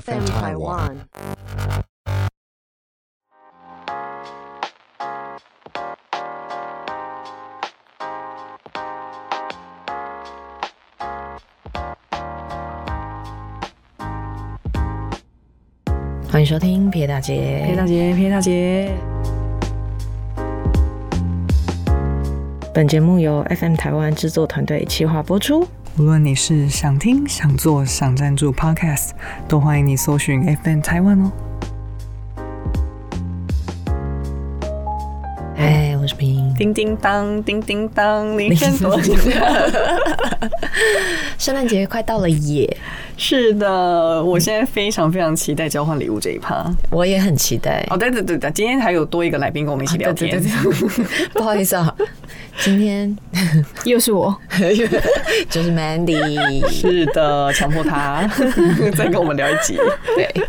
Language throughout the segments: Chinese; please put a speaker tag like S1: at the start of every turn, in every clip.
S1: FM Taiwan.
S2: 欢迎收听撇大姐，
S3: 裴大姐，裴大姐，
S2: 本节目由 FM 台湾制作团队企划播出。
S3: 无论你是想听、想做、想赞助 Podcast，都欢迎你搜寻 FN 台湾哦。哎
S2: 嗨，哎我是平。
S3: 叮叮当，叮叮 当，你
S2: 看多久圣诞节快到了耶，
S3: 是的，我现在非常非常期待交换礼物这一趴。
S2: 我也很期待。啊
S3: 哦，对对对对，今天还有多一个来宾跟我们一起聊天。
S2: 对对对 对不好意思啊，今天
S4: 又是我，
S2: 就是 Mandy。
S3: 是的，强迫 他再跟我们聊一集。
S2: 对，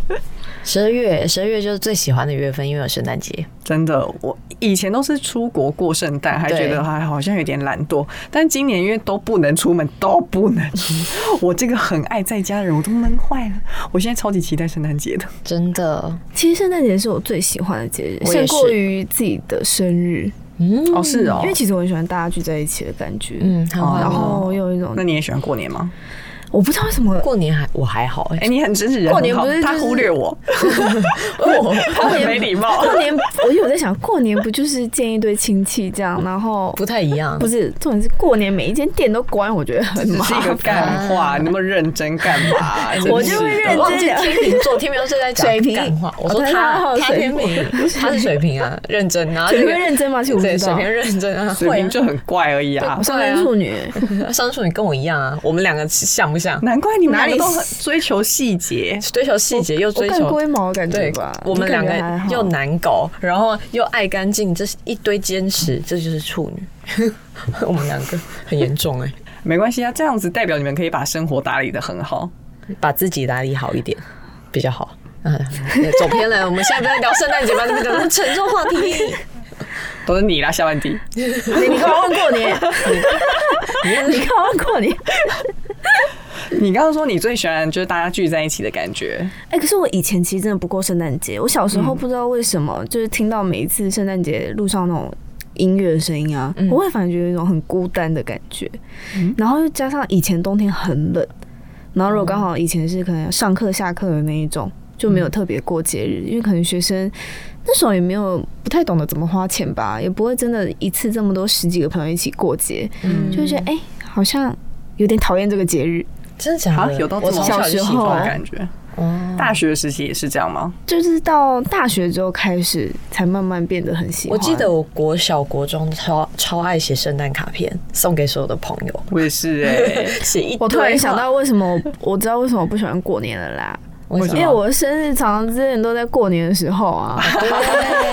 S2: 十二月，十二月就是最喜欢的月份，因为有圣诞节。
S3: 真的，我以前都是出国过圣诞，还觉
S2: 对
S3: 得还好像有点懒惰。但今年因为都不能出门，都不能 出门我这个很爱在家的人，我都闷坏了。我现在超级期待圣诞节的。
S2: 真的，
S4: 其实圣诞节是我最喜欢的节日，
S2: 我也
S4: 胜
S2: 是
S4: 过于自己的生日，
S2: 嗯
S3: 哦，是哦
S4: 因为。其实我很喜欢大家聚在一起的感觉。
S2: 嗯，很
S3: 哦
S2: 欢
S4: 然
S2: 乐。
S4: 后又有一种
S3: 那，你也喜欢过年吗？
S4: 我不知道为什么
S2: 过年还我还好哎、
S3: 哎、你很真实人很好，
S4: 过年不是就
S3: 他
S4: 是
S3: 忽略 我，
S2: 我
S3: 他很没礼貌。
S4: 过年， 我有在想，过年不就是见一堆亲戚这样，然后
S2: 不太一样。
S4: 不是重点是过年每一间店都关，我觉得很
S3: 只
S4: 麻
S3: 是一个
S4: 烦。哎
S3: 干话，你那么认真干嘛？真
S4: 我就是会
S3: 的
S4: 认真
S2: 忘记天平座，天平座是在讲
S4: 水瓶
S2: 干话。我
S4: 哦
S2: 说
S4: 对他
S2: 他
S4: 好
S2: 他
S4: 水
S2: 天
S4: 瓶
S2: 平，他是水瓶啊，认真啊，
S4: 水
S2: 这
S4: 瓶
S2: 个
S4: 会认真吗？其实我不
S2: 对
S4: 知
S2: 水
S4: 道
S2: 瓶，认真啊，
S3: 水平就很怪而已啊
S4: 我。上
S2: 对啊
S4: 升处女，
S2: 上处你跟我一样啊，我们两个像不像？
S3: 难怪你们两个
S4: 哪里
S3: 都很 追求细节，
S2: 追求细节又
S4: 我
S2: 追
S4: 更
S2: 求
S4: 龟毛的感觉
S2: 对
S4: 吧。，
S2: 我们两
S4: 你感觉还
S2: 个
S4: 好
S2: 又难搞，然后又爱干净，这是一堆坚持，这就是处女。 我们两个很严重哎、
S3: 没关系啊，这样子代表你们可以把生活打理的很好。
S2: 把自己打理好一点比较好。嗯，走偏了，我们现在不在聊圣诞节吧？怎么讲沉重话题？
S3: 都是你啦，夏万迪。
S4: 你你干嘛问过年？ 你干嘛问过年？
S3: 你刚刚说你最喜欢就是大家聚在一起的感觉，
S4: 哎、可是我以前其实真的不过圣诞节。我小时候不知道为什么，就是听到每一次圣诞节路上那种音乐的声音啊，我会反而觉得有一种很孤单的感觉。然后又加上以前冬天很冷，然后如果刚好以前是可能上课下课的那一种，就没有特别过节日，因为可能学生那时候也没有不太懂得怎么花钱吧，也不会真的一次这么多十几个朋友一起过节，
S2: 嗯，
S4: 就会觉得哎、好像有点讨厌这个节日。
S2: 真的假
S3: 好、
S2: 的？
S3: 像有到这
S2: 我
S3: 种
S2: 从小就
S4: 小时
S2: 喜欢
S4: 候
S3: 种
S4: 啊
S3: 感觉。
S2: 哦
S3: 大学时期也是这样吗？
S4: 就是到大学之后开始，才慢慢变得很喜
S2: 我
S4: 欢。
S2: 记得我国小国中超超爱写圣诞卡片，送给所有的朋友，
S3: 我也是哎、
S2: 写一堆。
S4: 我突然 想，到为什么我 我知道为什么我不喜欢过年了啦，
S2: 为什
S4: 因
S2: 么
S4: 为我的生日常常之前都在过年的时候啊，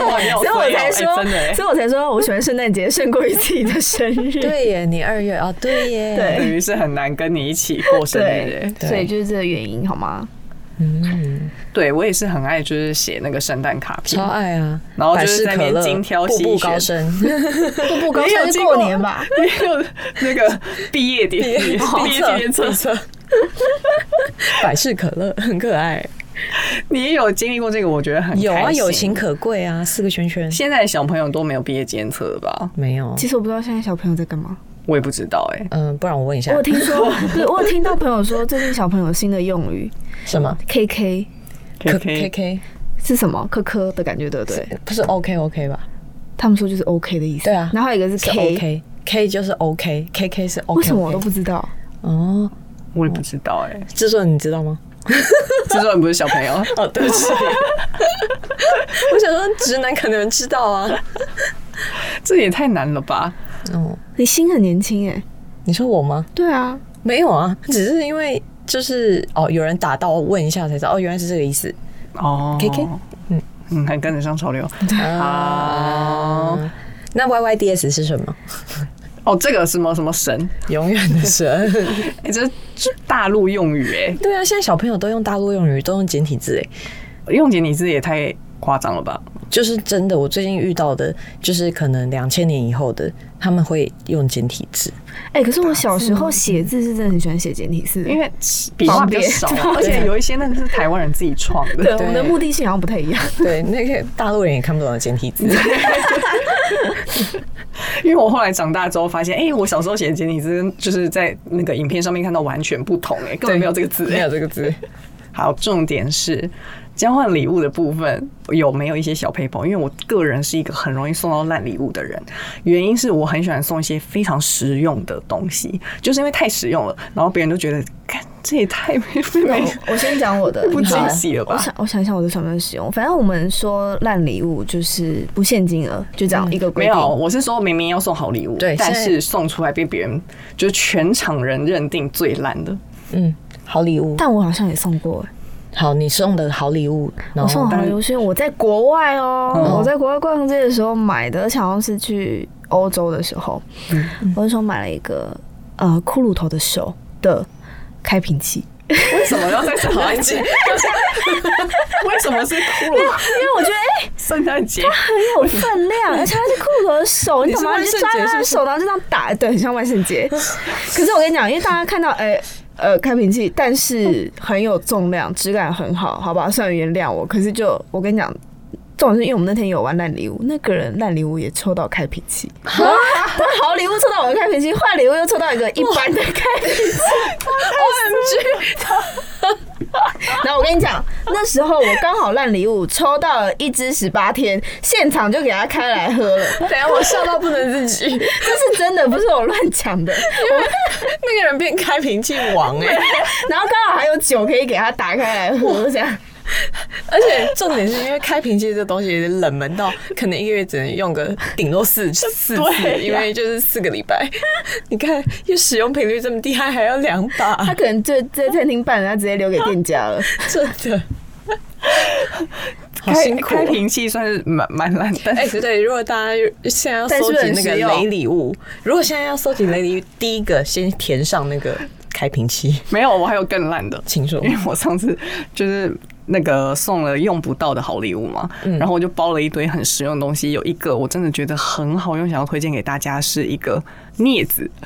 S3: 哇你好
S4: 所以我
S3: 衰哦
S4: 才
S3: 哎
S4: 说，
S3: 真的哎、
S4: 所以我才说我喜欢圣诞节胜过于自己的生 日。
S2: 对耶，你二月啊，对耶，
S4: 对
S3: 等于是很难跟你一起过生日、哎
S4: 对，所以就是这个原因好吗？
S2: 嗯，
S3: 对我也是很爱，就是写那个圣诞卡片
S2: 超，爱啊，
S3: 然后
S2: 百
S3: 就是
S2: 事
S3: 在
S2: 可
S3: 那边
S2: 乐，
S3: 精挑细
S2: 步
S3: 选，
S2: 步高升，
S4: 不不，
S3: 高
S4: 刚
S3: 兴
S4: 才是过年吧？
S3: 也有那个毕业典礼、毕业 纪念册，
S2: 册，百事可乐很可爱，
S3: 你也有经历过这个，我觉得很
S2: 有啊，
S3: 开心
S2: 友情。可贵啊，四个圈圈
S3: 现在的小朋友都没有毕业纪念册了吧？
S2: 没有，
S4: 其实我不知道现在小朋友在干嘛。
S3: 我也不知道哎、
S2: 嗯，不然我问一下
S4: 我有，听说，不是我有听到朋友说，最近小朋友有新的用语
S2: 什么
S4: ，K K
S3: K
S2: K
S3: K
S2: K
S4: 是什么？科科的感觉，对不对？
S2: 不是 O K O K 吧？
S4: 他们说就是 OK 的意思。
S2: 对啊
S4: 然后还有一个是
S2: 是 O K K 就是 O K K K 是 O K，
S4: 为什么我都不知道？
S2: 哦？
S3: 我也不知道哎、
S2: 制作人你知道 吗？
S3: 制作人不是小朋友，
S2: 哦，对不起， 我想说直男可能知道啊。
S3: 这也太难了吧？
S2: 哦，
S4: 你心很年轻哎、
S2: 你说我吗？
S4: 对啊，
S2: 没有啊，只是因为就是哦，有人打到问一下才知道，哦，原来是这个意思。
S3: 哦
S2: KK 嗯
S3: 嗯，还跟得上潮流。好，
S2: 啊那 Y Y D S 是什么？
S3: 哦，这个什么什么神，
S2: 永远的神。
S3: 哎、这这大陆用语哎、
S2: 对啊，现在小朋友都用大陆用语，都用简体字哎。
S3: 用简体字也太夸张了吧？
S2: 欸就是真的，我最近遇到的，就是可能两千年以后的，他们会用简体字，
S4: 哎、可是我小时候写字是真的很喜欢写简体字，
S3: 因为笔
S4: 方
S3: 画比较
S4: 便
S3: 少
S4: 对，
S3: 而且有一些那个是台湾人自己创
S4: 对
S3: 的。
S4: 我们的目的性好像不太一样。
S2: 对，那个大陆人也看不懂的简体 字，
S3: 因为我后来长大之后发现，哎、我小时候写的简体字，就是在那个影片上面看到完全不同、哎，根本没有这个字、
S2: 没
S3: 哎
S2: 有这个字。
S3: 好，重点是交换礼物的部分有没有一些小 paper？因为我个人是一个很容易送到烂礼物的人，原因是我很喜欢送一些非常实用的东西，就是因为太实用了，然后别人都觉得，看这也太没没
S4: 我我先讲我 的，
S3: 不
S4: 好
S3: 珍惜了
S4: 我
S3: 吧？
S4: 想我想一下我的什么使用，反正我们说烂礼物就是不限金额，就这样一个规
S3: 没
S4: 定。
S3: 有，我是说明明要送好礼物，
S2: 对现
S3: 但
S2: 在
S3: 是送出来被别人就是全场人认定最烂的，
S2: 嗯，好礼物，
S4: 但我好像也送过、欸，
S2: 好，你送的好礼物，然
S4: 我送
S2: 后
S4: 好优秀。我在国外哦、
S3: 嗯
S4: 我在国外逛街的时候买的，而且好像是去欧洲的时候，我那时候买了一个呃骷髅头的手的开瓶器，
S3: 为什么要在圣诞节？为什么是骷髅
S4: 因为我觉得哎、
S3: 圣诞节？
S4: 很有分量， 而且它是骷髅头的手，你懂吗？
S3: 你
S4: 你
S3: 是
S4: 就抓
S3: 万圣节是
S4: 着他
S3: 不
S4: 的
S3: 是
S4: 手，然后就这样打，对，很像万圣节。可是我跟你讲，因为大家看到哎。呃，开瓶器，但是很有重量，质感很好，好吧，算原谅我。可是就我跟你讲，重点是因为我们那天有玩烂礼物，那个人烂礼物也抽到开瓶器，不是好礼物抽到我的开瓶器，坏礼物又抽到一个一般的开瓶器，OMG！然后我跟你讲，那时候我刚好烂礼物抽到了一支十八天，现场就给他开来喝了，
S2: 等一下我笑到不能自己，
S4: 这是真的，不是我乱讲的。
S2: 那个人变开瓶器王哎、
S4: 然后刚好还有酒可以给他打开来喝，这样。
S2: 而且重点是因为开瓶器这东西有点冷门到，可能一个月只能用个顶多四 四次，因为就是四个礼拜。 你看，又使用频率这么低，还还要两把
S4: 他，可能就在餐厅办了，他直接留给店家了。
S2: 真 的好
S3: 开
S2: 辛苦哦、
S3: 开瓶器算是蛮蛮烂的，
S2: 哎、对，如果大家现在要
S4: 但是
S2: 收集那
S4: 很
S2: 个
S4: 实用
S2: 雷礼物，如果现在要收集雷礼物，第一个先填上那个开瓶器，
S3: 没有，我还有更烂的。
S2: 请说
S3: 因。为我上次就是那个送了用不到的好礼物嘛，然后我就包了一堆很实用的东西，有一个我真的觉得很好用，想要推荐给大家是一个镊子，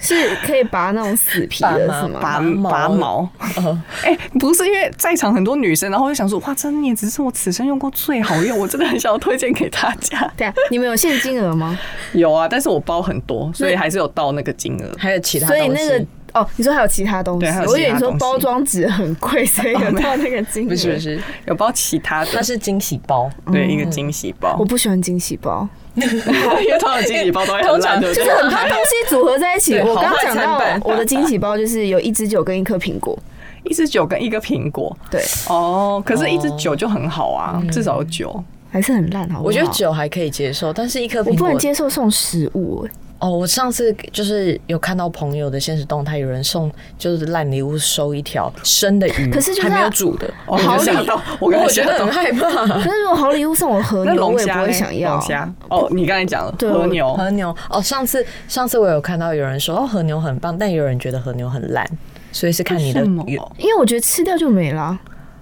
S4: 是可以拔那种死皮的，是吗？
S3: 拔
S2: 毛
S3: 拔毛。
S2: 哦
S3: 哎、不是因为在场很多女生，然后我就想说，哇，这镊子是我此生用过最好用，我真的很想要推荐给大家。
S4: 对啊，你们有限金额吗？
S3: 有啊，但是我包很多，所以还是有到那个金额。
S2: 还有其他
S4: 所
S2: 东西，
S4: 以那个哦，你说还有其他东西
S3: 对还有？其他
S4: 我以为你说包装纸很贵，所以有到那个金额。
S2: 不是不，是，
S3: 有包其他
S2: 那
S3: 的，
S2: 是惊喜包。
S3: 对，一个惊喜包
S4: 我，不喜欢惊喜包，
S3: 因为通常惊喜包都会很烂，对不
S4: 就
S3: 对
S4: 是很多东西组合在一起。
S2: 对
S4: 我
S2: 好
S4: 刚刚
S2: 坏
S4: 讲
S2: 参半
S4: 到我的惊喜包就是有一支酒跟一颗苹果，
S3: 一支酒跟一个苹果，
S4: 对，
S3: 哦，可是一支酒就很好啊，至少有酒。
S4: 还是很烂，好不好？
S2: 我觉得酒还可以接受，但是一颗
S4: 我
S2: 苹
S4: 不能
S2: 果
S4: 接受送食物、欸
S2: 哦，我上次就是有看到朋友的现实动态，有人送就是烂礼物，收一条生的鱼，
S4: 可是就是
S2: 还没有
S4: 要
S2: 煮的，
S3: 哦我刚想到，我刚
S2: 我觉
S3: 想
S2: 得
S3: 到
S2: 很害怕。
S4: 可是如果好礼物送我和
S3: 那
S4: 牛，
S3: 龙
S4: 我也
S3: 虾
S4: 不
S3: 嘞
S4: 会想要
S3: 龙。虾哦，你刚才讲了
S4: 对
S3: 和牛，
S2: 和牛哦，上次上次我有看到有人说哦和牛很棒，但有人觉得和牛很烂，所以是看你的
S3: 为什么
S2: 缘
S4: 因为我觉得吃掉就没啦。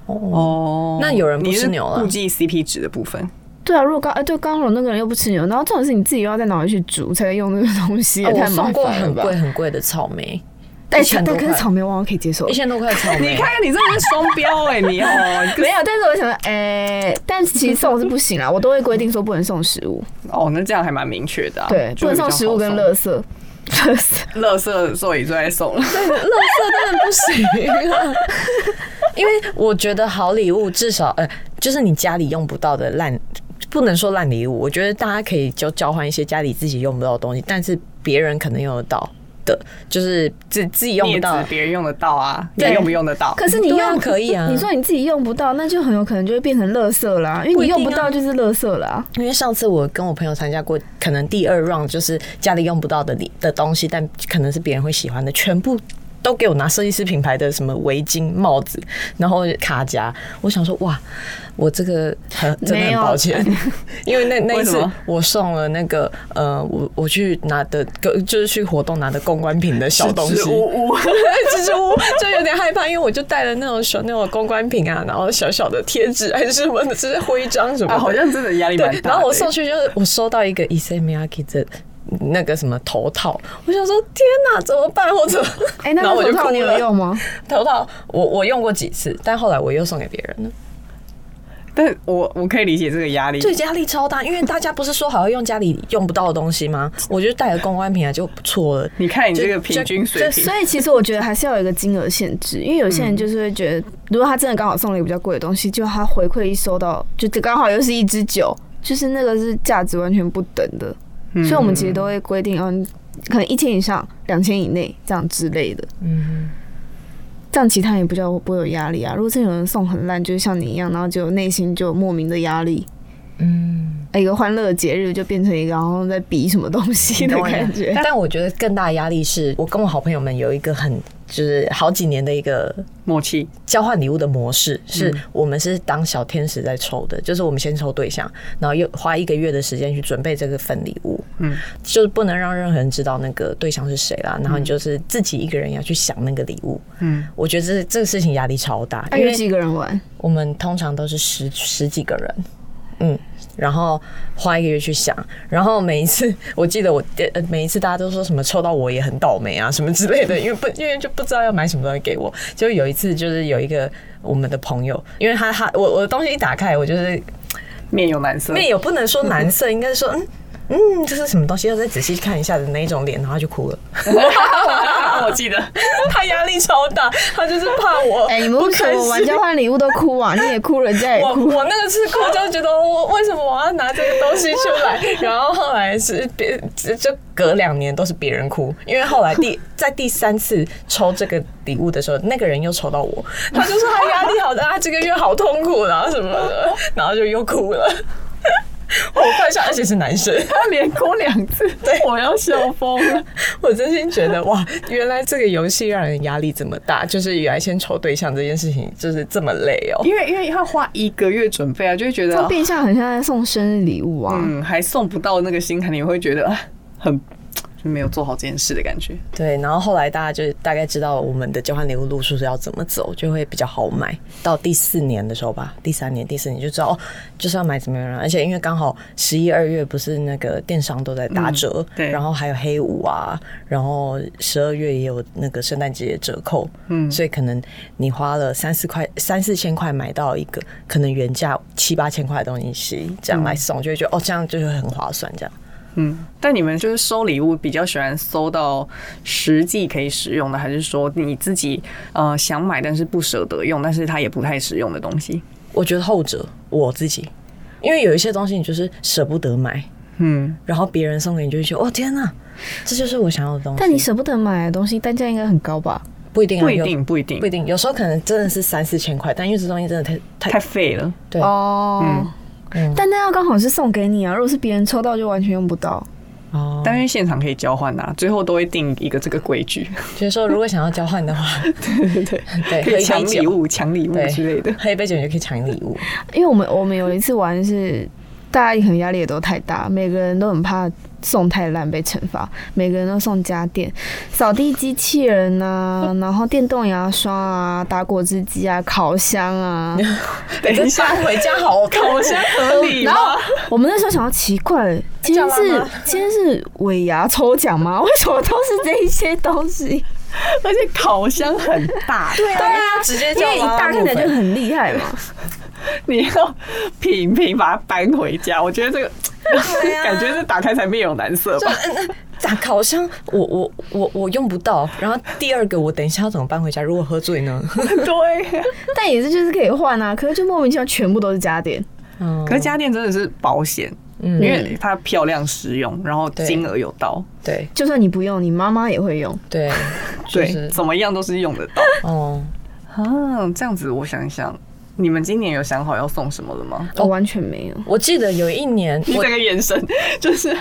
S2: 哦。
S3: 哦
S2: 那有人不
S3: 你
S2: 吃
S3: 是
S2: 牛了
S3: 顾忌 CP 值的部分，
S4: 对啊，如果刚哎、对，刚刚有那个人又不吃牛，然后重点是你自己又要再拿回去煮，才能用那个东西，也
S2: 哦我
S4: 太麻
S2: 送过
S4: 烦了
S2: 很
S4: 吧
S2: 贵。很贵的草莓，
S4: 但
S2: 一千
S4: 但
S2: 多
S4: 可是
S2: 块
S4: 草莓我好像可以接受
S2: 一。千多块草 莓。
S3: 你看哎你真的是双标哎，你哦，你
S4: 没有，但是我想说，哎、但其实送是不行啦，我都会规定说不能送食物，
S3: 哦，那这样还蛮明确的啊，
S4: 对，
S3: 就
S4: 不能
S3: 比较
S4: 送食物
S3: 好
S4: 跟
S3: 送
S4: 垃圾，垃圾。
S3: 垃圾，所以最爱送了。
S2: 不行、啊，因为我觉得好礼物至少呃，就是你家里用不到的烂，不能说烂礼物，我觉得大家可以就交换一些家里自己用不到的东西，但是别人可能用得到的，就是自自己用不到
S3: 镊子。别人用得到啊，你
S2: 对
S3: 用不用得到？
S4: 可是你
S2: 对
S4: 用、
S2: 啊可以啊
S4: 你说你自己用不到，那就很有可能就会变成垃圾啦，因为
S2: 不一
S4: 你
S2: 定啊
S4: 用不到就是垃圾啦。
S2: 因为上次我跟我朋友参加过，可能第二 round 就是家里用不到的礼的东西，但可能是别人会喜欢的，全部都给我拿设计师品牌的什么围巾、帽子，然后卡夹。我想说，哇，我这个很真的
S4: 没
S2: 很
S4: 有
S2: 抱 歉，因为那那一
S3: 为什
S2: 次
S3: 么
S2: 我送了那个呃，我我去拿的，就是去活动拿的公关品的小东西，
S3: 支支吾 吾
S2: 蜘蛛屋就有点害怕，因为我就带了那种小那种公关品啊，然后小小的贴纸还是什么的，就是徽章什么的。
S3: 啊，好像真的压力蛮
S2: 对，
S3: 大的。欸
S2: 然后我送去就是我收到一个 Isemiyaki 的那个什么头套，我想说天哪，怎么办？我怎么？
S4: 哎、那
S2: 然后
S4: 个
S2: 我
S4: 手
S2: 就
S4: 套
S2: 哭
S4: 你有
S2: 了
S4: 用吗？
S2: 头套我我用过几次，但后来我又送给别 人了。
S3: 但我我可以理解这个压力。
S2: 对，压力超大，因为大家不是说好要用家里用不到的东西吗？我就带了公关品啊，就不错了。
S3: 你看你这个平均水
S2: 就
S3: 平
S4: 所，以其实我觉得还是要有一个金额限制，因为有些
S2: 嗯
S4: 人就是会觉得，如果他真的刚好送了一个比较贵的东西，就他回馈一收到，就刚好又是一支酒，就是那个是价值完全不等的。
S2: 嗯
S4: 所以我们其实都会规定，嗯，可能一千以上、两千以内这样之类的，
S2: 嗯，
S4: 这样其他人也不叫不会有压力啊。如果真的有人送很烂，就是像你一样，然后就内心就有莫名的压力。嗯，一个欢乐的节日就变成一个然后在比什么东西的
S2: 对，
S4: 感觉。
S2: 但我觉得更大的压力是我跟我好朋友们有一个很就是好几年的一个
S3: 默契
S2: 交换礼物的模式，是我们是当小天使在抽的，就是我们先抽对象，然后又花一个月的时间去准备这个份礼物，嗯，就是不能让任何人知道那个对象是谁啦，然后你就是自己一个人要去想那个礼物，嗯，我觉得这这个事情压力超大，
S4: 啊，
S2: 因
S4: 有
S2: 为
S4: 几个人玩？
S2: 我们通常都是十十几个人，嗯，然后花一个月去想，然后每一次 我记得我呃每一次大家都说什么抽到我也很倒霉啊什么之类的，因为不 因为就不知道要买什么东西给我，就有一次就是有一个我们的朋友，因为他他我我的东西一打开，我就是
S3: 面有难色，
S2: 面有不能说蓝 色，应该是说嗯。嗯，这是什么东西？要再仔细看一下的那一种脸，然后他就哭了。
S3: 我记得
S2: 他压力超大，他就是怕我。
S4: 哎、你们为什么玩交换礼物都哭啊？你也哭，人家也
S2: 我
S4: 哭。
S2: 我那个是哭，就觉得我为什么我要拿这个东西出来？然后后来是别就隔两年都是别人哭，因为后来第在第三次抽这个礼物的时候，那个人又抽到我，他就说他压力好大，他这个月好痛苦，然后什么的，然后就又哭了。我快笑，而且是男生，
S3: 他连哭两 次，我要笑疯了。
S2: 我真心觉得哇，原来这个游戏让人压力这么大，就是原来先抽对象这件事情就是这么累哦、
S3: 因为因为要花一个月准备啊，就会觉
S4: 这
S3: 得
S4: 变相很像在送生日礼物啊！
S3: 嗯还送不到那个心坎，你会觉得啊很就没有做好这件事的感觉。
S2: 对，然后后来大家就大概知道我们的交换礼物路数是要怎么走，就会比较好买。到第四年的时候吧，第三年、第四年就知道哦，就是要买怎么样。而且因为刚好十一、二月不是那个电商都在打折，
S3: 对
S2: 然后还有黑五啊，然后十二月也有那个圣诞节折扣，嗯，所以可能你花了三四块、三四千块买到一个可能原价七八千块的东西，这样来送，就会觉得哦，这样就是很划算，这样。
S3: 嗯，但你们就是收礼物比较喜欢收到实际可以使用的，还是说你自己呃想买但是不舍得用，但是它也不太实用的东西？
S2: 我觉得后者我自己，因为有一些东西你就是舍不得买，
S3: 嗯，
S2: 然后别人送给你就会觉得哦天哪，这就是我想要的东西。
S4: 但你舍不得买的东西，单价应该很高吧？
S2: 不一定、啊，
S3: 不一
S2: 有
S3: 定，不一定
S2: 不一，定，有时候可能真的是三四千块，但因为这东西真的太太
S3: 太废了。
S2: 对，
S4: 哦、
S2: 嗯
S4: 但那要刚好是送给你啊，如果是别人抽到就完全用不到。
S2: 哦
S3: 但因为现场可以交换呐、最后都会定一个这个规矩，
S2: 所以说如果想要交换的话，
S3: 对对
S2: 对
S3: 可以抢礼物、抢礼物
S2: 对
S3: 之类的。
S2: 喝一杯酒你就可以抢礼 物。
S4: 因为我们我们有一次玩是，大家可能压力也都太大，每个人都很怕送太烂被惩罚，每个人都送家电，扫地机器 人啊，然后电动牙刷啊，打果汁机啊，烤箱啊。
S3: 等一下，
S2: 搬回家好看，啊
S3: 我先合 理
S4: 然后
S3: 吗？
S4: 我们那时候想要奇怪，今天
S2: 叫
S4: 是
S2: 妈妈
S4: 今天是尾牙抽奖吗？ 为什么都是这一些东西？
S3: 而且烤箱很大，
S2: 对啊，直接
S4: 因为一大看起来就很厉 害嘛。
S3: 你要品品把它搬回家。我觉得这个。 感觉是打开才面有难色吧？
S2: 打啊烤箱，我我我我用不到。然后第二个，我等一下要怎么搬回家？如果喝醉呢？
S3: 对，
S4: 但也是就是可以换啊，可是就莫名其妙全部都是家电。
S2: 嗯
S3: 可是家电真的是保险，因为它漂亮实用，然后
S2: 对
S3: 金额有到，
S2: 对
S4: 就算你不用，你妈妈也会用。
S2: 对，就
S3: 对，
S2: 是
S3: 怎么样都是用得到。
S2: 哦。
S3: 啊，这样子我想一想，你们今年有想好要送什么了吗？
S2: 哦
S4: 我完全没有，
S2: 我记得有一年，
S3: 你
S2: 我
S3: 这个眼神就是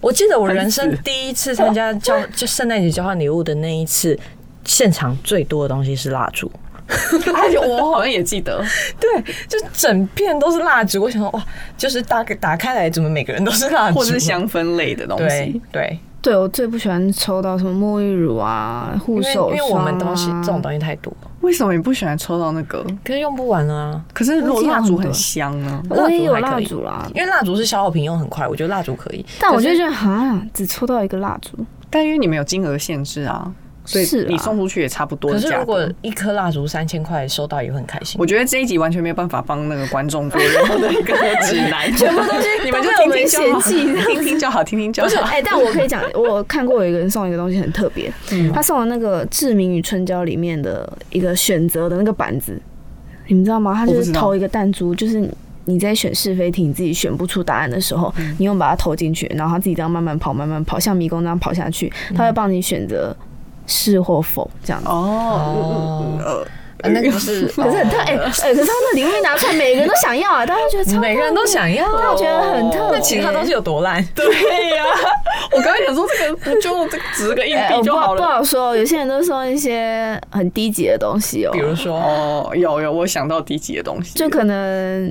S2: 我记得我人生第一次参加交就圣诞节交换礼物的那一次，现场最多的东西是蜡烛，
S3: 而且我 好像也记得，
S2: 对，就整片都是蜡烛。我想说，哇，就是打打开来，怎么每个人都是蜡烛，
S3: 或是香氛类的东
S2: 对
S3: 西。
S2: 对，
S4: 对我最不喜欢抽到什么沐浴乳啊、护
S2: 因为
S4: 手霜、啊、
S2: 因为我们东西这种东西太多，
S3: 为什么你不喜欢抽到那个？
S2: 可是用不完啊。
S3: 可是如果蜡烛很香啊呢？
S4: 我也
S2: 蜡烛
S4: 有
S2: 还
S4: 蜡
S2: 可以
S4: 烛啦，
S2: 因为蜡烛是消耗品，用很快，我觉得蜡烛可以。
S4: 但我
S2: 可是
S4: 就觉得哈，只抽到一个蜡烛，
S3: 但因为你们有金额限制啊，所以
S4: 是啊
S3: 你送出去也差不多
S2: 可
S3: 的
S2: 是
S3: 价
S2: 如果
S3: 格。
S2: 一颗蜡烛三千块收到也会很开心。
S3: 我觉得这一集完全没有办法帮那个观众做任何的一个指南，全部都是你们就听听就好，听听就好，听听就
S4: 不是，
S3: 好。
S4: 哎、但我可以讲，我看过有一个人送一个东西很特别，
S3: 嗯
S4: 他送了那个《志明与春娇》里面的一个选择的那个板子，你们知道吗？他
S3: 我
S4: 就
S3: 不知
S4: 是
S3: 道
S4: 投一个弹珠，就是你在选是非题，你自己选不出答案的时候，
S3: 嗯
S4: 你用把它投进去，然后它自己这样慢慢跑，慢慢跑，像迷宫那样跑下去，
S3: 嗯
S4: 他会帮你选择是或否这样子。
S3: 哦，呃，
S2: 呃 那个不是，
S4: 可是很特
S2: 哦
S4: 哎哎、可是他那礼物一拿出来，每个人都想要啊，大家都觉得超
S2: 每个人都想要，
S4: 大家觉得很特别
S2: 那其他东西有多烂？
S3: 对呀，我刚才想说这个不就值个硬
S4: 哎我
S3: 币
S4: 不
S3: 就好
S4: 好不
S3: 了。
S4: 好说，有些人都送一些很低级的东西哦，
S2: 比如说，
S3: 哦，有有，我想到低级的东西，
S4: 就可能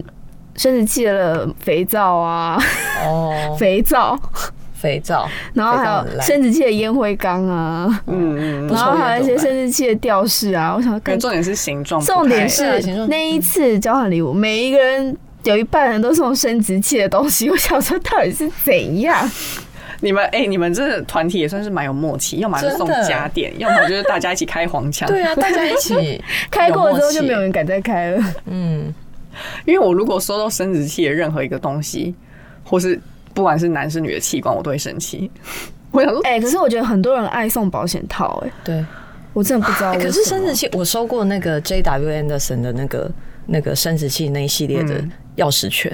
S4: 生殖器的肥皂啊，
S2: 哦，
S4: 肥皂，
S2: 肥皂，
S4: 然后还
S2: 肥皂很
S4: 有
S2: 烂
S4: 生殖器的烟灰缸啊，
S3: 嗯嗯
S2: 不
S4: 然
S2: 抽烟
S4: 后还有一些
S2: 怎么办
S4: 生殖器的吊饰啊。我想
S3: 嗯，
S4: 跟
S3: 重点是形状不太，
S4: 重点
S2: 对
S4: 是
S2: 啊形状
S4: 那一次交换礼物，每一个人。有一半人都送生殖器的东西，我 想说到底是怎样？
S3: 你们哎、你们这团体也算是蛮有默契，要么就送
S2: 真的
S3: 家电，要么就是大家一起开黄腔。
S2: 对啊，大家一起
S4: 开过之后就没有
S2: 默契，
S4: 人敢再开了。
S2: 嗯，
S3: 因为我如果收到生殖器的任何一个东西，或是不管是男是女的器官，我都会生气。 我想说，
S4: 哎、可是我觉得很多人爱送保险套、哎，
S2: 对。
S4: 我真的不知道
S2: 哎
S4: 为什么、
S2: 可是生殖器，我收过那个 JW Anderson 的那个那个生殖器那一系列的钥匙圈。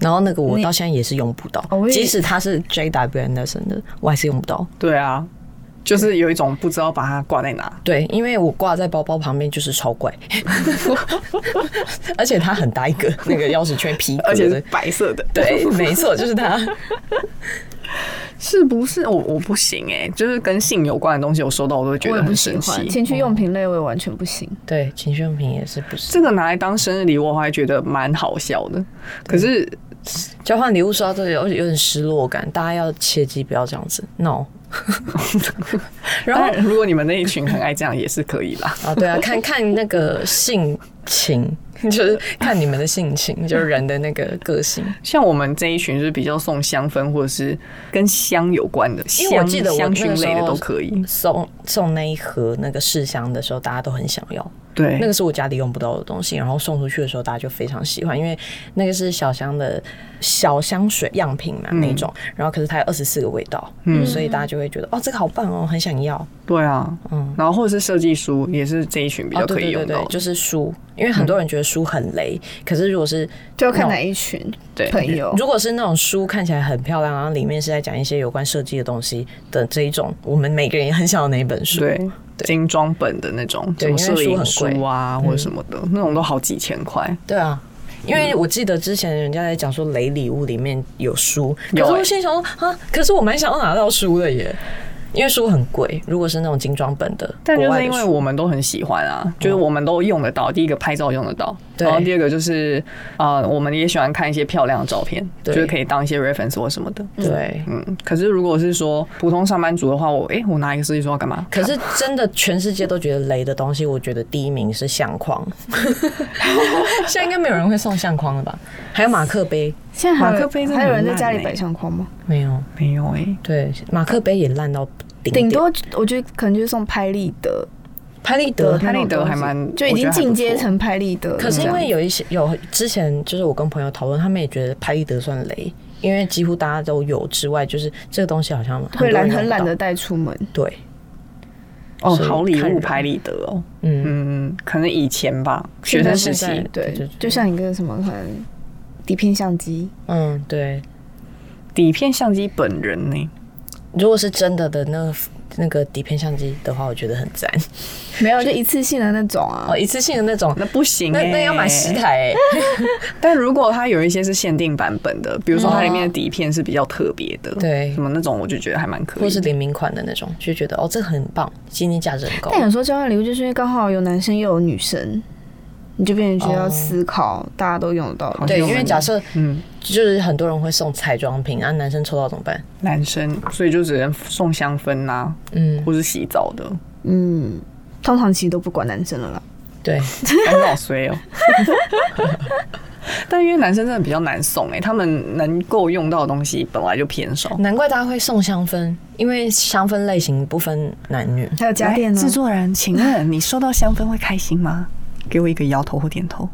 S2: 然后那个我
S4: 你
S2: 到现在也是用不到
S4: 哦我，也
S2: 即使它是 JW Anderson 的，我还是用不到。
S3: 对啊，就是有一种不知道把它挂在哪。
S2: 对，因为我挂在包包旁边就是超 怪，而且它很大一个那个钥匙圈皮革
S3: 而且是
S2: 的，
S3: 白色的，
S2: 对，没错，就是它。
S3: 是不是？我我不行哎、就是跟性有关的东西，我收到我都会觉
S4: 我
S3: 得
S4: 也不
S3: 很
S4: 喜
S3: 生
S4: 欢
S3: 气。
S4: 情趣用品类，我也完全不行。
S2: 对，情趣用品也是不是
S3: 这个拿来当生日礼物，我还觉得蛮好笑的。可是
S2: 交换礼物收到这里有有点失落感，大家要切记不要这样子，no。然
S3: 当
S2: 后
S3: 然，如果你们那一群很爱这样，也是可以 啦。
S2: 啊， 对啊，看看那个性情， 就是看你们的性情，就是人的那个个 性。
S3: 像我们这一群就是比较送香氛或者是跟香有关的，
S2: 因为我
S3: 香
S2: 记得我那
S3: 香
S2: 个
S3: 薰类
S2: 时
S3: 的
S2: 候
S3: 都可以。
S2: 送送那一盒那个试香的时候，大家都很想要，
S3: 对，
S2: 那个是我家里用不到的东西，然后送出去的时候大家就非常喜欢，因为那个是小香的小香水样品
S3: 嗯
S2: 嘛、那种，然后可是它有二十四个味道，嗯，所以大家就会觉得哦这个好棒哦，很想要，
S3: 对啊，
S2: 嗯。
S3: 然后或者是设计书也是这一群比较
S2: 哦，
S3: 可
S2: 对对对
S3: 以用
S2: 对
S3: 到，嗯的。
S2: 就是书，因为很多人觉得书很雷，可是如果是
S4: 就看
S2: 那种
S4: 哪一群
S3: 对
S4: 朋友。
S2: 如果是那种书看起来很漂亮，然后里面是在讲一些有关设计的东西的这一种，我们每个人也很想要哪一本书。
S3: 对，
S2: 对
S3: 精装本的那种，什
S2: 对因
S3: 么
S2: 为
S3: 摄
S2: 书
S3: 影
S2: 很贵
S3: 书啊或者什么的，那种都好几千块。
S2: 对啊，因为我记得之前人家在讲说雷礼物里面有书，
S3: 有
S2: 可是
S3: 欸
S2: 我心里想说啊，可是我蛮想要拿到书的耶，因为书很贵，如果是那种精装本的，
S3: 但
S2: 国
S3: 就
S2: 外
S3: 是
S2: 的
S3: 因为
S2: 书
S3: 我们都很喜欢啊，就是我们都用得到。第一个拍照用得到，
S2: 对
S3: 然后第二个就是呃，我们也喜欢看一些漂亮的照片，就
S2: 对
S3: 是可以当一些 reference 或什么的。
S2: 对。
S3: 嗯，可是如果是说普通上班族的话，我诶，我拿一个设计书要干嘛？
S2: 可是真的，全世界都觉得雷的东西，我觉得第一名是相框。 现在应该没有人会送相框了吧？还有马克杯，
S4: 现在还有
S3: 马克杯真的
S4: 还有人
S3: 很
S4: 在
S3: 烂
S4: 家里
S3: 欸
S4: 摆相框吗？
S2: 没有。
S3: 没有诶。
S2: 对，马克杯也烂到顶
S4: 顶
S2: 点
S4: 多我觉得可能就是送拍立得
S2: 拍立得
S4: 的，
S3: 拍立得还蛮
S4: 就已
S3: 我觉
S4: 经
S3: 得还不
S4: 进阶
S3: 错
S4: 成拍立得了这
S2: 可
S4: 样。
S2: 是因为有一些有之前就是我跟朋友讨论，他们也觉得拍立得算雷，因为几乎大家都有之外，就是这个东西好像很多
S4: 会
S2: 人
S4: 懒
S2: 用
S4: 很
S2: 不
S4: 懒
S2: 到
S4: 得带出门，
S2: 对，
S3: 哦，
S2: 所以
S3: 好礼
S2: 看
S3: 物
S2: 人
S3: 拍立得哦，
S2: 嗯，
S3: 嗯，可能以前吧，学
S4: 现在
S3: 生时期
S2: 现在对对
S4: 对
S2: 对，
S4: 就像一个什么可能底片相机，
S2: 嗯对。
S3: 底片相机本人呢、
S2: 如果是真的的那个那个底片相机的话，我觉得很赞。
S4: 没有就一次性的那种啊
S2: 哦，。一次性的那种，
S3: 那不行、
S2: 那
S3: 欸，
S2: 那要买十。台、欸，
S3: 但如果它有一些是限定版本的，比如说它里面的底片是比较特别的，
S2: 对
S3: 什么那种我就觉得还蛮可以的。
S2: 或是联名款的那种，就觉得哦，这很棒，纪念价值很高
S4: 但。有时候交换礼物就是因为刚好有男生又有女生，你就变成需要思考大家都用得到的。
S2: 对，
S3: 好像
S2: 因为假设
S3: 嗯，
S2: 就是很多人会送彩妆品，然后男生抽到怎么办？
S3: 男生，所以就只能送香氛呐、
S2: 嗯，
S3: 或是洗澡的，
S4: 嗯，通常其实都不管男生了啦。
S2: 对，
S3: 很好衰哦。 但因为男生真的比较难送哎、他们能够用到的东西本来就偏少。
S2: 难怪大家会送香氛，因为香氛类型不分男女。
S4: 还有家电呢
S3: 来，哎制作人，请问你收到香氛会开心吗？给我一个摇头或点头。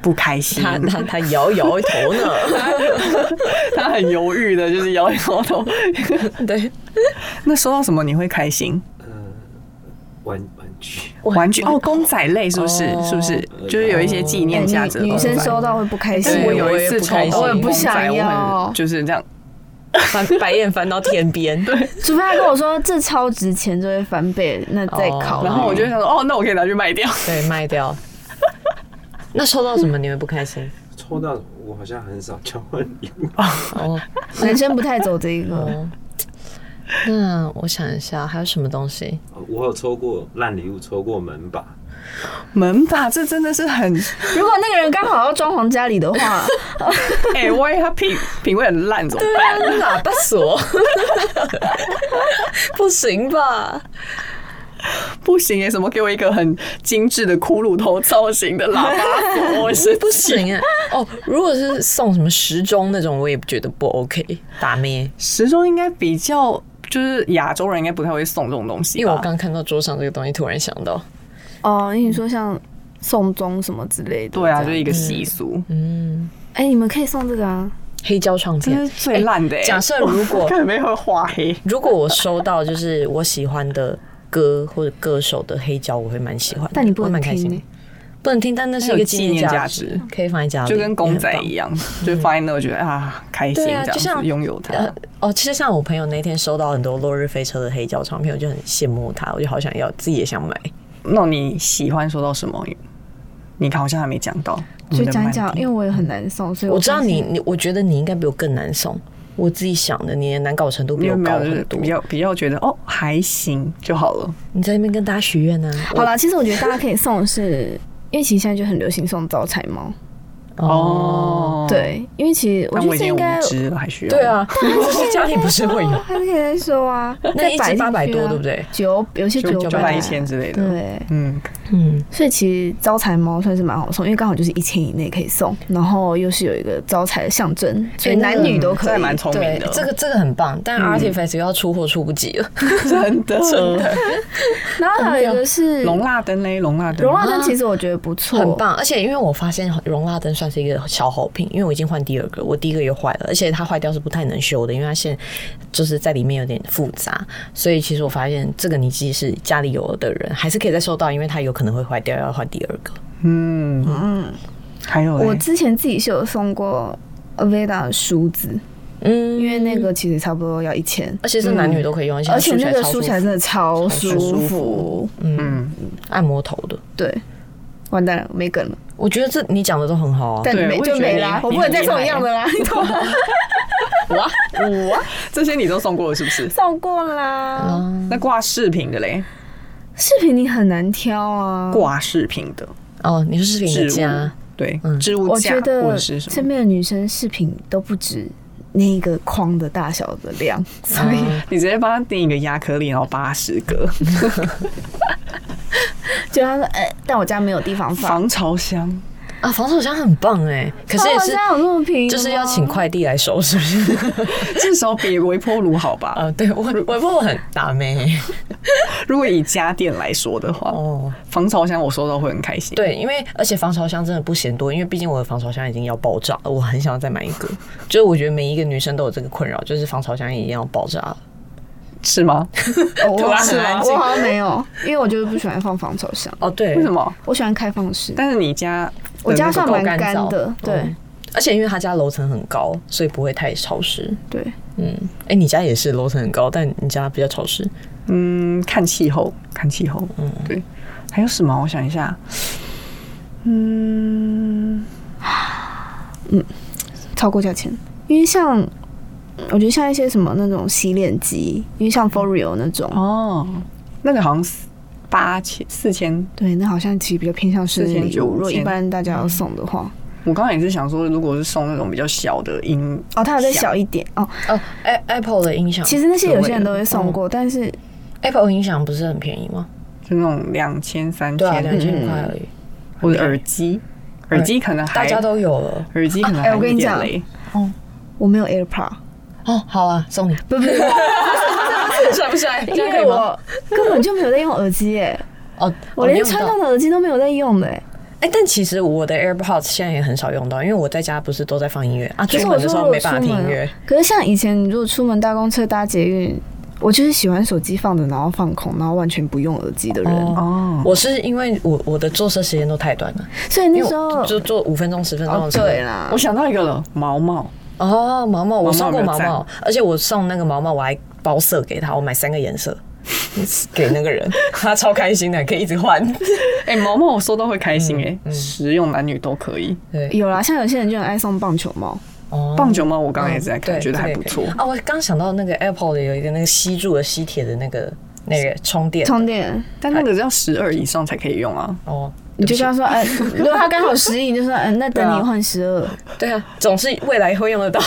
S3: 不开心，
S2: 他他他摇摇头呢，
S3: 他很犹豫的，就是摇摇头。
S2: 对，
S3: 那收到什么你会开心？
S1: 呃，玩玩具，
S3: 玩具哦，公仔类是不是？
S2: 哦
S3: 是不是？就是有一些纪念价值的
S4: 哎女
S3: 公
S4: 女
S3: 仔。
S4: 生收到会不开心
S3: 哎但。我
S2: 对
S3: 有一次抽
S2: 我也不开心
S3: 到
S2: 我也不
S3: 公仔
S4: 想
S3: 我
S4: 要
S3: 很就是这样。
S2: 翻白眼翻到天边， 对，
S4: 除非他跟我说这超值钱，就会翻倍，那再考
S2: 哦
S4: 虑。
S3: 然后我就想说，哦，那我可以拿去卖掉。
S2: 对，卖掉。那抽到什么你们不开心？
S1: 抽到我好像很少交换礼物，
S2: 哦，
S4: 男生不太走这一个，
S2: 哦，那我想一下还有什么东西？
S1: 呃我有抽过烂礼物，抽过门把，
S3: 门把，这真的是很
S4: 如果那个人刚好要装潢家里的话，
S3: 哎、万一他品品味很烂怎么办？
S2: 喇叭锁， 不行吧？
S3: 不行哎、什么给我一个很精致的骷髅头造型的喇叭锁，我是
S2: 不行哎、哦，如果是送什么时钟那种，我也觉得不 OK，打咩？
S3: 时钟应该比较。就是亚洲人应该不太会送这种东西吧，
S2: 因为我刚看到桌上这个东西，突然想到，
S4: 哦，你说像送钟什么之类的，
S3: 对啊，
S4: 这
S3: 就
S4: 样
S3: 一个习俗，
S2: 嗯，
S4: 哎，你们可以送这个啊，
S2: 黑胶唱
S3: 这是
S2: 片。
S3: 最烂的、欸
S2: 哎假设如果
S3: 看没有画黑，
S2: 如果我收到就是我喜欢的歌或者歌手的黑胶，我会蛮喜欢的，
S4: 但你不能
S2: 我会蛮开心的
S4: 听欸
S2: 不能听，但那是一
S3: 它
S2: 个
S3: 有
S2: 纪念价
S3: 纪
S2: 值
S3: 念价值，
S2: 可以放在家里，
S3: 就跟公仔
S2: 也很棒
S3: 一样，就放在那我觉得啊开心这
S2: 对啊
S3: 样
S2: 就像
S3: 子拥有它
S2: 呃。哦，其实像我朋友那天收到很多《落日飞车》的黑胶唱片，我就很羡慕他，我就好想要，自己也想买。
S3: 那你喜欢收到什么？你好像还没讲到，
S4: 就讲一讲，因为
S3: 为
S4: 我也很难送，所以
S2: 我知道
S4: 发现
S2: 你，你我觉得你应该比我更难送。我自己想的，你的难搞程度
S3: 你
S2: 比
S3: 有
S2: 我
S3: 没
S2: 高
S3: 有就是
S2: 很多
S3: 比。较比较觉得哦还行就好了？
S2: 你在那边跟大家许愿啊呢？
S4: 好啦，其实我觉得大家可以送的是，因为其实现在就很流行送招财猫，
S2: 哦，
S3: 哦，，
S4: 对，因为其实我
S3: 但
S4: 觉
S3: 我
S4: 得
S3: 已
S4: 这
S3: 经
S4: 应
S3: 无
S4: 该
S3: 知了，还需要
S2: 对，啊，不是家里不是会有
S4: 还是可以再收啊，
S2: 那一只
S4: 再摆进去啊
S2: 八百多，对不？对？
S4: 九有些
S3: 就
S4: 九
S3: 九百一千，之类的。
S4: 对，
S3: 嗯，
S2: 嗯，
S4: 所以其实招财猫算是蛮好送，因为刚好就是一千以内可以送，然后又是有一个招财的象征，所以
S2: 哎那个
S4: 男女都
S3: 嗯这
S4: 可
S3: 还
S4: 以。
S3: 蛮聪明
S2: 对
S3: 的，，
S2: 哎这个这个很棒，
S4: 嗯
S2: 但 Artifact 又要出货出不及了。
S3: 真的真的。
S4: 然后还有一个是
S3: 龙蜡灯嘞，龙蜡灯，
S4: 容纳灯，其实我觉得不错，
S2: 很。棒，而且因为我发现容蜡灯算是一个小好品，因为我已经换第二个，我第一个也坏了，而且它坏掉是不太能修的，因为它现就是在里面有点复杂，所以其实我发现这个你即使家里有的人，还是可以再收到，因为它有可能会坏掉，要换第二个。
S3: 嗯嗯，还有嘞
S4: 我之前自己是有送过 Aveda 的梳子，
S2: 嗯，
S4: 因为那个其实差不多要一
S3: 嗯
S4: 千，
S2: 而且是男女都可以用，
S4: 嗯而
S2: 而
S4: 且
S2: 且
S4: 那
S2: 它
S4: 个梳
S2: 梳
S4: 起
S2: 起
S4: 来
S2: 来
S4: 真的超舒
S3: 舒
S4: 服
S3: 服。嗯，
S2: 按摩头的，
S4: 对，完蛋了，没梗了，
S2: 我觉得这你讲的都很好啊。
S4: 但
S3: 哦对
S4: 没
S3: 我也
S4: 就
S3: 觉得
S4: 没
S3: 你
S4: 啦，我
S3: 你
S4: 不能
S3: 很
S4: 再
S3: 厉
S4: 送
S3: 害
S4: 一样 的啦，你懂吗？
S3: 哇哇，这些你都送过了是不是？
S4: 送过啦。
S2: 啊
S3: 那挂饰品的嘞，
S4: 饰品你很难挑啊，
S3: 挂饰品的
S2: 哦，你是视频
S3: 置
S2: 的
S3: 物
S2: 家，
S3: 对
S2: 嗯，
S3: 置物
S4: 我
S3: 架
S4: 觉
S3: 或
S4: 得
S3: 者是什
S4: 身
S3: 么？
S4: 边的女生饰品都不止那个框的大小的量，所以
S2: 嗯
S3: 你直接帮他订一个亚克力，然后八十个
S4: 就她说，哎，但我家没有地方放。
S3: 防潮箱，
S2: 啊，防手箱很棒哎，可是也
S4: 哦
S2: 是
S4: 家有那么便宜的吗，
S2: 就是要请快递来收，是不是？
S3: 至少比微波炉好吧？
S2: 啊，对我我不很大妹
S3: 如果以家电来说的话，
S2: 哦，
S3: 防潮箱我收到会很开心。，
S2: 对，因为而且防潮箱真的不嫌多，因为毕竟我的防潮箱已经要爆炸了，我很想要再买一 个。就是我觉得每一个女生都有这个困扰，就是防潮箱已经要爆炸了。
S3: 是吗？
S4: 哦我
S3: 突然
S4: 好
S3: 很安
S4: 像
S3: 静
S4: 我好像没有，因为我就是不喜欢放防潮箱，
S2: 哦，对，
S3: 为什？么？
S4: 我喜欢开放式。
S3: 但是你家
S4: 我家算
S2: 够
S4: 蛮
S2: 干
S4: 干
S2: 燥
S4: 的，对
S2: 嗯而且因为他家楼层很高，所以不会太潮湿。
S4: 对，
S2: 嗯，哎、你家也是楼层很高，但你家比较潮湿。
S3: 嗯，看气候，看气候。嗯，对。还有什么？我想一下。嗯，
S4: 超过价钱，因为像我觉得像一些什么那种洗脸机，因为像 Foreo 那种，
S3: 哦，那个好像四八千四千。
S4: 对，那好像其实比较偏向是
S3: 4900
S4: 礼物如果一
S3: 5000
S4: 般大家要送的话，
S3: 我刚刚也是想说，如果是送那种比较小的音，
S4: 哦，它有再小一点哦。
S2: 哦，A Apple 的音响，
S4: 其实那些有些人都会送过，但是
S2: Apple 音响不是很便宜吗？
S3: 就那种两千三
S2: 对啊，两
S3: 千，
S2: 千块而已，
S3: 或者耳机，耳机可能还
S2: 大家都有了。
S3: 耳机可能
S4: 哎
S3: 还
S4: 我跟
S3: 有
S4: 你
S3: 一点
S4: 讲
S3: 雷。
S4: 我没有 AirPod，
S2: 哦，好啊，送你，
S4: 不不不，
S2: 帅不帅？这
S4: 因
S2: 样可
S4: 为
S2: 以吗？
S4: 我根本就没有在用耳机耶，
S2: 哦，
S4: 我连传统的耳机都没有在用的耶。
S2: 哎、但其实我的 AirPods 现在也很少用到，因为我在家不是都在放音乐啊，出
S4: 可是我
S2: 门的
S4: 说
S2: 时
S4: 如
S2: 候
S4: 果
S2: 没
S4: 出
S2: 办法听音
S4: 门
S2: 乐
S4: 啊，。可是像以前你如果出门搭公车搭捷运，我就是喜欢手机放着，然后放空，然后完全不用耳机的人。
S3: 哦，
S2: 我是因为我我的坐车时间都太短了，
S4: 所以那
S2: 因为
S4: 时候
S2: 我就坐五分钟十分钟
S4: 哦
S2: 的车。
S4: 对啦
S3: 我，想到一个了，毛毛。
S2: 哦，毛毛，我送过毛
S3: 毛毛有没
S2: 毛
S3: 有，
S2: 而且我送那个毛毛我还包色给他，我买三个颜 色给那个人，他超开心的，可以一直 换。
S3: 哎、毛毛我收到会开心哎、实用男女都可以。
S2: 对，
S4: 有啦，像有些人就很爱送棒球帽，
S2: 哦
S3: 棒球帽我刚刚也是在
S2: 对，
S3: 看，觉得还不错
S2: 这个也可。以啊。我刚想到那个 Apple 的有一个那个吸住的吸铁的那个那个充电
S4: 充电。
S3: 但那个要十二以上才可以用啊。
S2: 哦，
S4: 你就跟他 说，哎、如果他刚好十亿，你就说，嗯、那
S2: 对
S4: 等
S2: 啊
S4: 你换十二。
S2: 对啊，总是未来会用得到。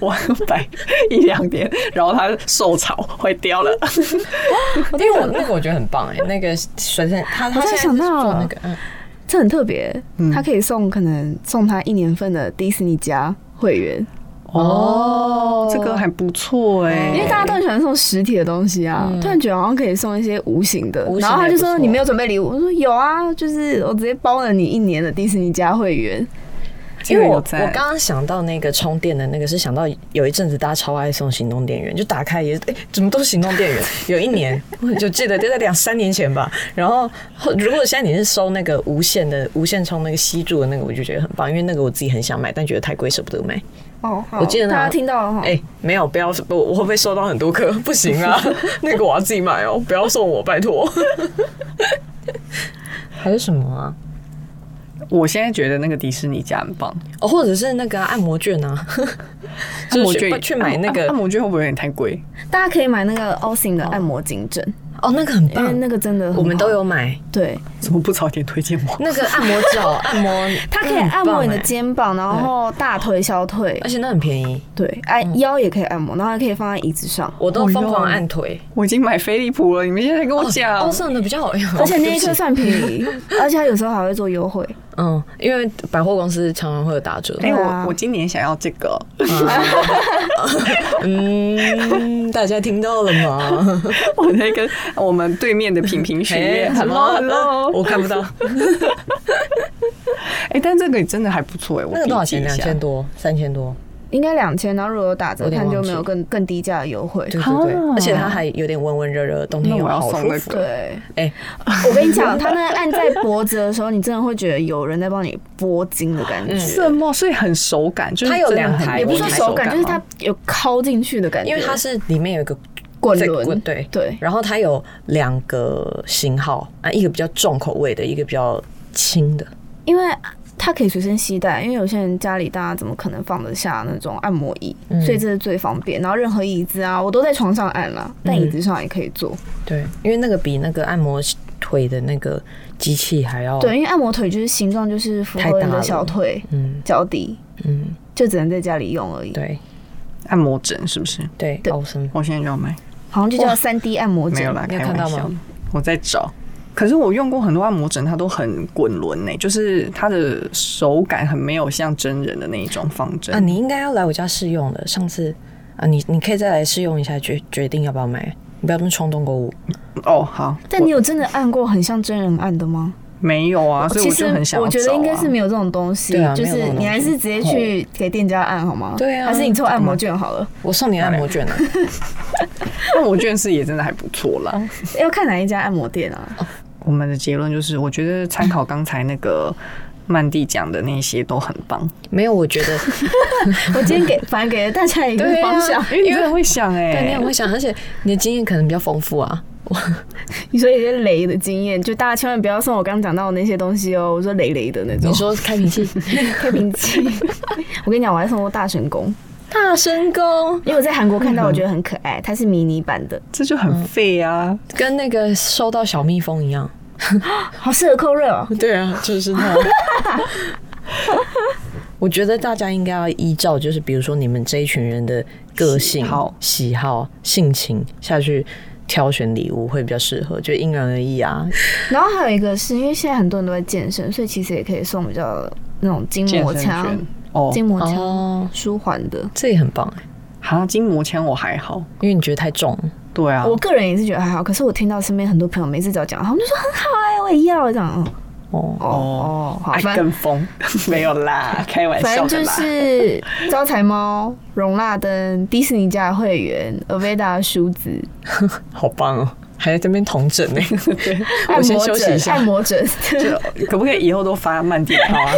S3: 我摆一两天，然后它受潮坏掉了。
S2: 因为我那个我觉得很 棒哎、那个水生他他
S4: 我突然
S2: 现在是
S4: 想到
S2: 做
S4: 了
S2: 那个嗯
S4: 这很特别，他可以送可能送他一年份的迪士尼家会员，
S3: 哦，这个还不
S2: 哦
S3: 错哎、
S4: 因为大家都很喜欢送实体的东西啊，突然觉得好像可以送一些无形的。
S2: 无形的
S4: 然后他就说
S2: 也不错
S4: 你没有准备礼物，我说有啊，就是我直接包了你一年的迪士尼家会员。
S3: 这
S2: 因
S3: 个
S2: 为我
S3: 有
S2: 我
S3: 在
S2: 刚刚想到那个充电的那个，是想到有一阵子大家超爱送行动电源，就打开也是哎、怎么都是行动电源？ 有一年我就记得就在两三年前吧。然后如果现在你是收那个无线的无线充那个吸住的那个，我就觉得很棒，因为那个我自己很想买，但觉得太贵舍不得买。
S4: 哦，好
S2: 我记得那
S4: 大家听到了哈，
S2: 哎、没有，不要我我会不会收到很多颗？不行 啊，那个我要自己买哦，不要送我，拜托。 还有什么啊？
S3: 我现在觉得那个迪士尼家很棒。
S2: 哦，或者是那个啊、按摩券啊，就是去
S3: 券
S2: 去买那
S3: 按
S2: 个
S3: 按摩券会不会有点太贵？
S4: 大家可以买那个 O 型的按摩颈枕，
S2: 哦，那个很
S4: 因为
S2: 棒，
S4: 哎那个真的很
S2: 我们都
S4: 好
S2: 有买
S4: 对，
S3: 怎么不早点推荐我？
S2: 那个按摩脚、按摩，
S4: 它可以
S2: 那很
S4: 按摩你
S2: 棒
S4: 的
S2: 哎，
S4: 肩膀，然后大腿、小腿
S2: 而，且那很便宜，
S4: 对，哎腰也可以按摩，然后还可以放在椅子上。
S2: 我都疯狂按腿。
S3: 我已经买飞利浦了，你们现在跟我讲。
S2: 哦，送的比较好用，
S4: 而且那
S2: 对
S4: 一
S2: 不
S4: 颗
S2: 起
S4: 算便 宜，而且它有时候还会做优惠。
S2: 嗯，因为百货公司常常会有打折。
S3: 哎、
S4: 对啊
S3: 我我今年想要这个，
S2: 嗯，大家听到了吗？
S3: 我在跟我们对面的平平 许
S2: 哎，
S3: 愿。
S2: 什么
S3: Hello，Hello
S2: 我看不到。
S3: 哎、但这个真的还不错哎、我
S2: 那个多少
S3: 笔记
S2: 钱？
S3: 一
S2: 两
S3: 下
S2: 千多，三千多，
S4: 应该两千，然后如果有打折，
S2: 有点
S4: 看就
S2: 忘记
S4: 没有更更低价的优惠。
S2: 对对对，
S3: 啊
S2: 而且它还有点温温热热，冬天
S3: 那
S2: 有
S3: 我要
S2: 好
S3: 送
S2: 舒
S3: 那
S2: 服。
S3: 个。
S4: 对，
S2: 哎，
S4: 我跟你讲，它那个按在脖子的时候，你真的会觉得有人在帮你拨筋的感
S2: 嗯
S4: 觉，
S3: 什么？所以很手感，就是
S2: 它有
S3: 真的
S2: 两
S3: 很
S2: 台
S4: 也不是说
S2: 有
S4: 手感，就是它
S3: 吗
S4: 有敲进去的感觉，
S2: 因为它是里面有一个
S4: 滚
S2: 在
S4: 轮，
S2: 对
S4: 对
S2: 然后它有两个型号啊，一个比较重口味的，一个比较轻的。
S4: 因为它可以随身携带，因为有些人家里大家怎么可能放得下那种按摩椅，
S2: 嗯
S4: 所以这是最方便。然后任何椅子啊，我都在床上按啦，
S2: 嗯
S4: 但椅子上也可以坐。
S2: 对，因为那个比那个按摩腿的那个机器还要
S4: 对，因为按摩腿就是形状就是符
S2: 太
S4: 合
S2: 大
S4: 你
S2: 了
S4: 的小腿、
S2: 嗯
S4: 脚底，
S2: 嗯，
S4: 就只能在家里用而已。
S2: 对
S3: 按摩枕，是不是？
S2: 对，
S4: 对
S2: 高升
S3: 我现在就要买，
S4: 好像就叫三 D 按摩
S3: 没有
S4: 枕。
S3: 啦，
S2: 你有
S3: 开
S2: 看到
S3: 玩
S2: 吗
S3: 笑的。我在找，可是我用过很多按摩枕，它都很滚轮呢，就是它的手感很没有像真人的那一种方针。
S2: 啊，
S4: 嗯
S2: 你应该要来我家试用的。上次啊，你你可以再来试用一下，决决定要不要买。你不要这么冲动购物。
S3: 哦，好，
S4: 但你有真的按过很像真人按的吗？
S3: 没有啊，所以
S4: 哦其
S3: 我
S4: 实
S3: 就很想要、啊。
S4: 我觉得应该是没有这种东西，
S2: 对啊
S4: 就
S2: 没有这
S4: 是
S2: 种东西哦
S4: 你还是直接去给店家按好吗？
S2: 对啊
S4: 还是你凑按摩券好了，
S2: 我送你按摩券啊，
S3: 但我觉得是也真的还不错啦。
S4: 要看哪一家按摩店啊。
S3: 我们的结论就是，我觉得参考刚才那个曼蒂讲的那些都很棒。
S2: 没有，我觉得
S4: 我 今天给反正给了大家一个
S2: 对啊
S4: 方向，
S3: 因为你真的会想哎、
S2: 对，你很会想，而且你的经验可能比较丰富啊。
S4: 你说有些雷的经验，就大家千万不要送我刚刚讲到的那些东西哦。我说雷雷的那种，
S2: 你说开瓶器，
S4: 开 瓶器。我跟你讲，我还送过大神功，
S2: 大神功
S4: 因为我在韩国看
S2: 嗯
S4: 到，我觉得很可爱，它是迷你版的，
S3: 这就
S4: 嗯
S3: 很废啊！
S2: 跟那个收到小蜜蜂一样。
S4: 好适合扣肉哦。
S2: 对啊，就是他。我觉得大家应该要依照，就是比如说你们这一群人的个性、
S3: 喜好
S2: 喜好、性情下去挑选礼物会比较适合，就因人而异啊。
S4: 然后还有一个是因为现在很多人都在健身，所以其实也可以送比较那种筋
S3: 健
S4: 膜
S3: 身
S4: 枪
S3: 圈、哦，
S4: 筋膜枪、
S2: 哦，
S4: 舒缓的。
S2: 这也很棒欸，
S3: 哈，筋膜枪我还好，
S2: 因为你觉得太重，
S3: 对啊，
S4: 我个人也是觉得还好，可是我听到身边很多朋友每次只要讲，他们就说很好哎、我也要这样。哦
S2: 哦，
S4: 哦哦，好，
S3: 爱
S4: 反正
S3: 跟风没有啦，开玩
S4: 反
S3: 笑
S4: 正
S3: 的
S4: 就
S3: 啦。
S4: 是招财猫、容纳灯、迪士尼家的会员、Aveda 梳子、
S2: 好棒哦，还在这边同枕呢。
S4: 按
S2: 我先
S4: 摩
S2: 休息一
S4: 枕、
S2: 下
S4: 按摩枕。
S3: 就 可不可以以后都发慢点啊？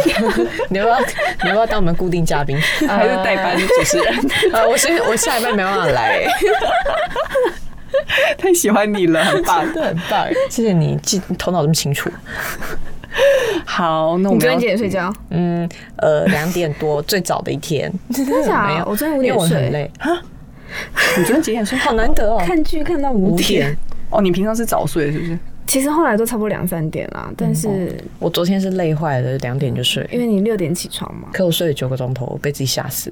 S2: 你要不要？你要不要当我们固定嘉 宾？
S3: 还是代班主持人？
S2: 呃，我先我下一班没办法来、欸，
S3: 太喜欢你了，很棒。
S2: 真的啊很棒，谢谢你记头脑这么清楚。
S3: 好，那我
S4: 你
S3: 们
S4: 昨
S3: 要
S4: 天几点睡觉？
S2: 嗯，呃，两点多最早的一 天，
S4: 真的
S2: 没
S4: 假
S2: 有
S4: 的？我昨天五
S2: 因为
S4: 点
S2: 我很
S4: 睡，
S2: 累，
S3: 你昨天几点睡？
S2: 好难得哦，
S4: 看剧看到五
S2: 五
S4: 点。
S2: 点。
S3: 哦，你平常是早睡是不是？
S4: 其实后来都差不多两三点啦，但是
S2: 我昨天是累坏了，两点就睡，
S4: 因为你六点起床嘛，
S2: 可我睡了九个钟头，我被自己吓死。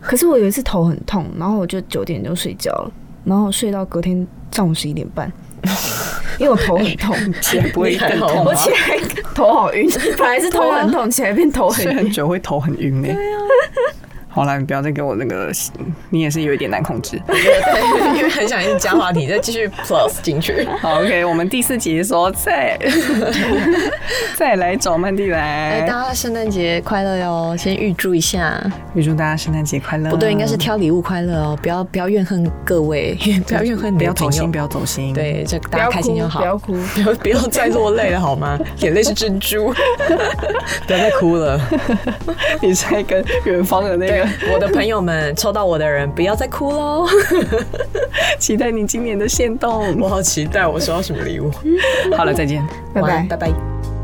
S4: 可是我有一次头很痛，然后我就九点就睡觉了，然后睡到隔天上午十一点半， 因为我头很痛，
S3: 起来不会
S2: 你还
S3: 更
S2: 好
S3: 痛
S2: 吗
S4: 我
S3: 吗？
S4: 起来头好晕，本来是头很痛，起来变头很
S3: 睡
S4: 晕。
S3: 很久会头很晕呢、
S4: 啊
S3: 好啦，你不要再给我那个，你也是有一点难控 制。
S2: 因为很想一直加话题，再继续 plus 进去。
S3: 好，OK，我们第四集说再 再来找曼蒂
S2: 哎，
S3: 来，
S2: 大家圣诞节快乐哟！先预祝一下，
S3: 预祝大家圣诞节快乐。
S2: 不对，应该是挑礼物快乐哦，不要不要怨恨各位， 不要怨恨你
S3: 不
S2: 的
S3: 要
S2: 朋
S3: 走心，
S2: 友
S3: 不。要走心。，
S2: 对，就
S4: 不
S2: 大
S4: 要
S2: 家
S4: 哭
S2: 开心就好，
S4: 不要哭。
S2: 不要不要再落泪了好吗？眼泪是珍珠， 不要再哭了。
S3: 你是在跟远方的那
S2: 对
S3: 个，，
S2: 我的朋友们，抽到我的人不要再哭喽！
S3: 期待你今年的限动。
S2: 我好期待我收到什么礼物。
S3: 好了，再见。
S4: 拜
S2: 晚安
S4: 拜。
S2: 拜拜。